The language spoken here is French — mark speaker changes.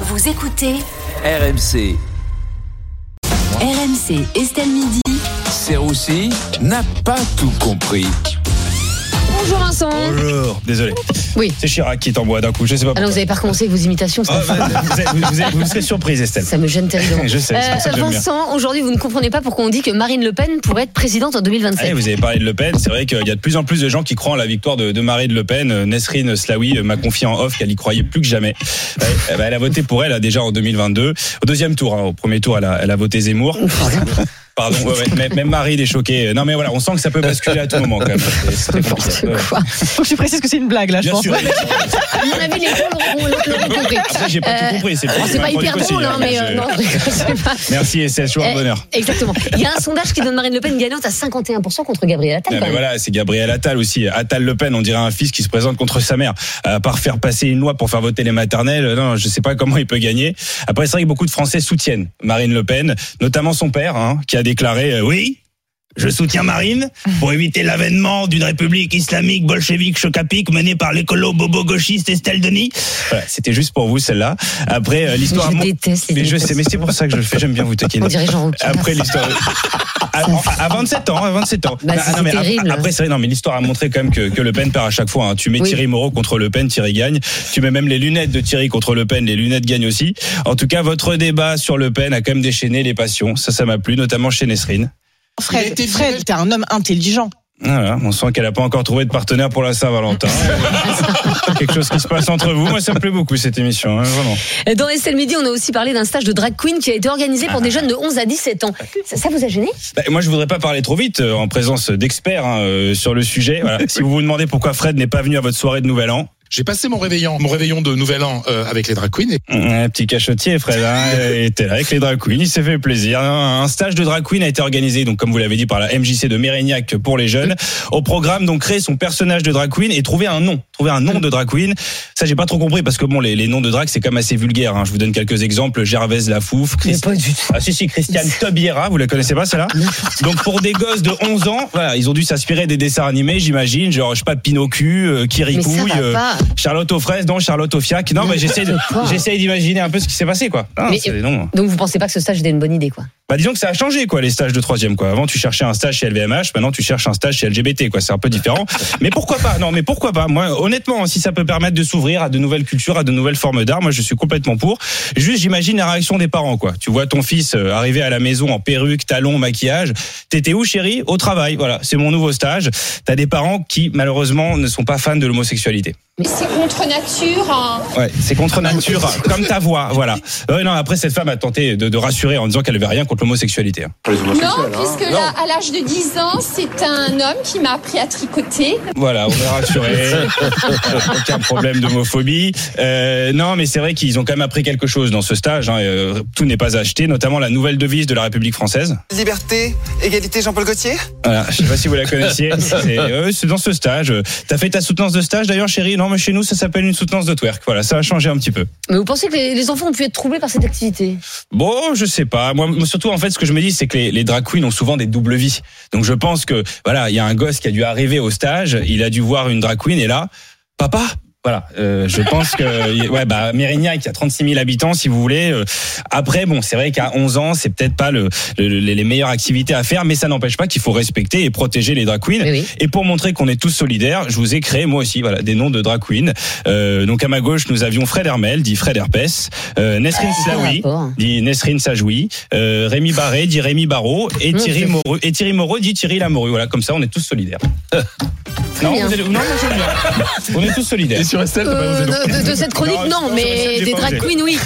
Speaker 1: Vous écoutez
Speaker 2: RMC,
Speaker 1: RMC Estelle Midi.
Speaker 2: Serroussi n'a pas tout compris.
Speaker 3: Bonjour Vincent.
Speaker 4: Bonjour, désolé.
Speaker 3: Oui.
Speaker 4: C'est Chirac qui est en bois d'un coup, je sais pas.
Speaker 3: Ah non, vous
Speaker 4: pourquoi.
Speaker 3: n'avez pas recommencé avec vos imitations, ça,
Speaker 4: Ah, bah, vous, êtes- vous êtes- vous serez surprise, Estelle.
Speaker 3: ça me gêne terriblement.
Speaker 4: Ah. Je sais, c'est pour ça
Speaker 3: Euh,
Speaker 4: que j'aime bien.
Speaker 3: Vincent, aujourd'hui, vous ne comprenez pas pourquoi on dit que Marine Le Pen pourrait être présidente en 2027.
Speaker 4: Allez, vous avez parlé de Le Pen, c'est vrai qu'il y a de plus en plus de gens qui croient en la victoire de, de Marine Le Pen. Euh, Nesrine Slaoui euh, m'a confié en off qu'elle y croyait plus que jamais. Ouais, eh ben, elle a voté pour elle là, déjà en 2022. Au deuxième tour, hein, au premier tour, elle a, elle a voté Zemmour. Pardon, ouais, ouais, même- même Marine est choquée. Euh, Non mais voilà, on sent que ça peut basculer à tout moment quand même. C'est- c'est
Speaker 3: N'importe
Speaker 4: compliqué. Ouais.
Speaker 3: quoi.
Speaker 5: Faut que je précise que c'est une blague là, je
Speaker 4: Bien
Speaker 5: pense.
Speaker 4: sûr.
Speaker 3: À mon avis, les gens l'auront- l'auront compris.
Speaker 4: Après, j'ai pas tout
Speaker 3: Euh,
Speaker 4: compris. C'est
Speaker 3: oh, c'est pas hyper drôle, hein, mais euh, non, c'est pas.
Speaker 4: Merci Estelle, toujours un
Speaker 3: Eh,
Speaker 4: bonheur.
Speaker 3: Exactement. Il y a un sondage qui donne Marine Le Pen gagnante à 51% contre Gabriel Attal.
Speaker 4: Non,
Speaker 3: quand
Speaker 4: mais
Speaker 3: même.
Speaker 4: Eh ben voilà, c'est Gabriel Attal aussi. Attal Le Pen, on dirait un fils qui se présente contre sa mère. Euh, À part faire passer une loi pour faire voter les maternelles, euh, non, je sais pas comment il peut gagner. Après, c'est vrai que beaucoup de Français soutiennent Marine Le Pen, notamment son père, hein, qui a déclaré euh, oui. Je soutiens Marine pour éviter l'avènement d'une république islamique bolchevique chocapique menée par l'écolo bobo-gauchiste Estelle Denis. Voilà, c'était juste pour vous celle-là. Après, euh, l'histoire...
Speaker 3: Je
Speaker 4: mon-
Speaker 3: déteste les
Speaker 4: mais je
Speaker 3: imitations.
Speaker 4: sais, mais c'est pour ça que je le fais, j'aime bien vous taquiner.
Speaker 3: On dirait Jean Rouquin.
Speaker 4: Après l'histoire. À, Ah, à- à 27 ans, hein, à 27 ans. Ah,
Speaker 3: Bah, c'est
Speaker 4: Non, mais ap-
Speaker 3: terrible.
Speaker 4: Après, c'est vrai, non, mais l'histoire a montré quand même que, que Le Pen perd à chaque fois. hein. Tu mets
Speaker 3: Oui.
Speaker 4: Thierry Moreau contre Le Pen, Thierry gagne. Tu mets même les lunettes de Thierry contre Le Pen, les lunettes gagnent aussi. En tout cas, votre débat sur Le Pen a quand même déchaîné les passions. Ça, ça m'a plu, notamment chez Nesrine. Ah,
Speaker 5: Fred, Fred, t'es un homme intelligent.
Speaker 4: Voilà, on sent qu'elle a pas encore trouvé de partenaire pour la Saint-Valentin. Quelque chose qui se passe entre vous. Moi, ça me plaît beaucoup cette émission, hein, vraiment.
Speaker 3: Dans Estelle Midi, on a aussi parlé d'un stage de drag queen qui a été organisé pour des jeunes de 11 à 17 ans. Ça, ça vous a gêné
Speaker 4: Bah, moi, je voudrais pas parler trop vite euh, en présence d'experts hein, euh, sur le sujet. Voilà. si vous vous demandez pourquoi Fred n'est pas venu à votre soirée de Nouvel An,
Speaker 6: J'ai passé mon réveillon, mon réveillon de Nouvel An euh, avec les drag queens. Et
Speaker 4: Un petit cachotier, Fred. Hein, il était là avec les drag queens, il s'est fait plaisir. Un stage de drag queen a été organisé, donc comme vous l'avez dit, par la MJC de Mérignac pour les jeunes. Au programme, donc créer son personnage de drag queen et trouver un nom, trouver un nom de drag queen. Ça, j'ai pas trop compris parce que bon, les, les noms de drag c'est quand même assez vulgaire. hein. Je vous donne quelques exemples Gervaise Lafouf, Chris... ah si si Christiane Tobiera, vous la connaissez pas celle-là Donc pour des gosses de 11 ans, voilà, ils ont dû s'inspirer des dessins animés, j'imagine, genre je sais pas Pinocchio, euh,
Speaker 3: Mais ça
Speaker 4: Kirikouille,
Speaker 3: va
Speaker 4: euh,
Speaker 3: pas.
Speaker 4: Charlotte aux fraises, non, Charlotte aux fiac. Non, mais j'essaie de-
Speaker 3: n'importe quoi.
Speaker 4: j'essaie d'imaginer un peu ce qui s'est passé, quoi. Ah,
Speaker 3: Mais-
Speaker 4: c'est des noms.
Speaker 3: Donc vous pensez pas que ce stage était une bonne idée, quoi
Speaker 4: Bah, disons que ça a changé, quoi, les stages de troisième, quoi. Avant, tu cherchais un stage chez LVMH, maintenant, tu cherches un stage chez LGBT, quoi. C'est un peu différent. mais pourquoi pas? Non, mais pourquoi pas? Moi, honnêtement, si ça peut permettre de s'ouvrir à de nouvelles cultures, à de nouvelles formes d'art, moi, je suis complètement pour. Juste, j'imagine la réaction des parents, quoi. Tu vois ton fils euh, arriver à la maison en perruque, talons, maquillage. T'étais où, chérie? Au travail. Voilà. C'est mon nouveau stage. T'as des parents qui, malheureusement, ne sont pas fans de l'homosexualité.
Speaker 7: Mais c'est contre nature. hein.
Speaker 4: Ouais, c'est contre nature, comme ta voix, voilà. Euh, non, après cette femme a tenté de, de rassurer en disant qu'elle avait rien contre l'homosexualité. hein.
Speaker 7: Non, puisque là, à l'âge de 10 ans, c'est un homme qui m'a appris à tricoter.
Speaker 4: Voilà, on est rassuré, aucun problème d'homophobie. Euh, non, mais c'est vrai qu'ils ont quand même appris quelque chose dans ce stage. hein, et, euh, tout n'est pas acheté, notamment la nouvelle devise de la République française.
Speaker 8: Liberté, égalité, Jean-Paul Gaultier
Speaker 4: Voilà, je sais pas si vous la connaissiez. C'est euh, c'est dans ce stage. Euh, T'as fait ta soutenance de stage d'ailleurs, chérie Non, mais chez nous, ça s'appelle une soutenance de twerk. Voilà, ça a changé un petit peu.
Speaker 3: Mais vous pensez que les, les enfants ont pu être troublés par cette activité
Speaker 4: Bon, je sais pas. Moi, moi, surtout, en fait, ce que je me dis, c'est que les, les drag queens ont souvent des doubles vies. Donc, je pense que, voilà, il y a un gosse qui a dû arriver au stage, il a dû voir une drag queen, et là, papa voilà, euh, je pense que ouais bah Mérignac, il y a 36 000 habitants si vous voulez. Euh, Après bon, c'est vrai qu'à 11 ans, c'est peut-être pas le, le- le- les meilleures activités à faire, mais ça n'empêche pas qu'il faut respecter et protéger les drag queens.
Speaker 3: Oui, oui.
Speaker 4: Et pour montrer qu'on est tous solidaires, je vous ai créé moi aussi voilà des noms de drag queens. Euh, donc à ma gauche, nous avions Fred Hermel, dit Fred Herpès, euh, Nesrine
Speaker 3: Quel
Speaker 4: Slaoui,
Speaker 3: Ah, rapport
Speaker 4: dit Nesrine Sajoui, euh, Rémi Barré dit Rémi Barraud et
Speaker 3: Mon
Speaker 4: Thierry
Speaker 3: Dieu.
Speaker 4: Moreau et Thierry Moreau dit Thierry Lamoureux. Voilà, comme ça on est tous solidaires. non,
Speaker 3: bien.
Speaker 4: vous allez- non, moi, j'aime bien. on est tous solidaires.
Speaker 6: sur Estelle, t'as pas osé,
Speaker 3: Euh,
Speaker 6: donc.
Speaker 3: de, de- de cette chronique,
Speaker 4: Non,
Speaker 3: non,
Speaker 4: sur- sur
Speaker 3: mais
Speaker 4: celle, j'ai
Speaker 3: des
Speaker 4: pas
Speaker 3: drag
Speaker 4: osé.
Speaker 3: queens, oui.